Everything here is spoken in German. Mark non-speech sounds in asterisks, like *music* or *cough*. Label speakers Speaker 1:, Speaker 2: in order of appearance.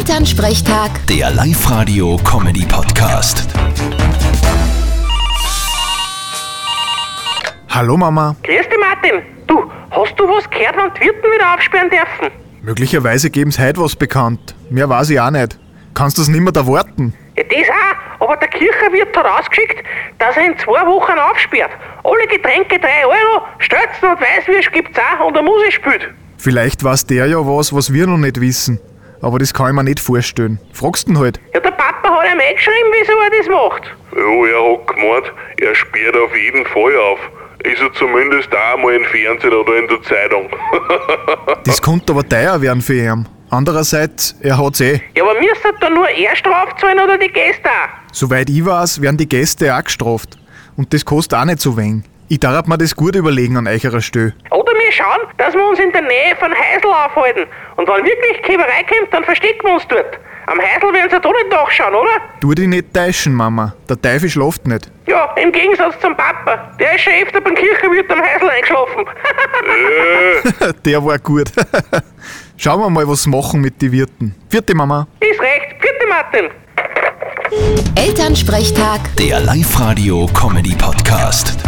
Speaker 1: Elternsprechtag,
Speaker 2: Der Live-Radio-Comedy-Podcast.
Speaker 3: Hallo Mama.
Speaker 4: Grüß dich, Martin. Du, hast du was gehört, wann die Wirten wieder aufsperren dürfen?
Speaker 3: Möglicherweise geben's heut was bekannt. Mehr weiß ich auch nicht. Kannst das nimmer erwarten?
Speaker 4: Ja, das auch, aber der Kirchenwirt hat rausgeschickt, dass er in zwei Wochen aufsperrt. Alle Getränke 3 Euro, Stölzen und Weißwürsch gibt's auch und eine Musik spielt.
Speaker 3: Vielleicht weiß der ja was, was wir noch nicht wissen. Aber das kann ich mir nicht vorstellen. Fragst ihn halt.
Speaker 4: Ja, der Papa hat ihm eingeschrieben, wieso er das macht.
Speaker 5: Ja, er hat gemeint, er sperrt auf jeden Fall auf. Ist er zumindest auch einmal im Fernsehen oder in der Zeitung. *laughs*
Speaker 3: Das könnte aber teuer werden für ihn. Andererseits, er hat's eh.
Speaker 4: Ja, aber müsste da nur er strafzahlen oder die Gäste auch?
Speaker 3: Soweit ich weiß, werden die Gäste auch gestraft. Und das kostet auch nicht so wenig. Ich darf mir das gut überlegen an eurer Stelle.
Speaker 4: Oder wir schauen, dass wir uns in der Nähe von Heisel aufhalten. Und wenn wirklich Käberei kommt, dann verstecken wir uns dort. Am Heisel werden sie doch nicht nachschauen, oder?
Speaker 3: Tu dich nicht täuschen, Mama. Der Teufel schlaft nicht. *laughs*
Speaker 4: Ja, im Gegensatz zum Papa. Der ist schon öfter beim Kirchenwirt am Häusl eingeschlafen. *laughs*
Speaker 3: Der war gut. *laughs* Schauen wir mal, was sie machen mit den Wirten. Vierte Mama.
Speaker 4: ist recht. Vierte Martin.
Speaker 1: Elternsprechtag.
Speaker 2: Der Live-Radio-Comedy-Podcast.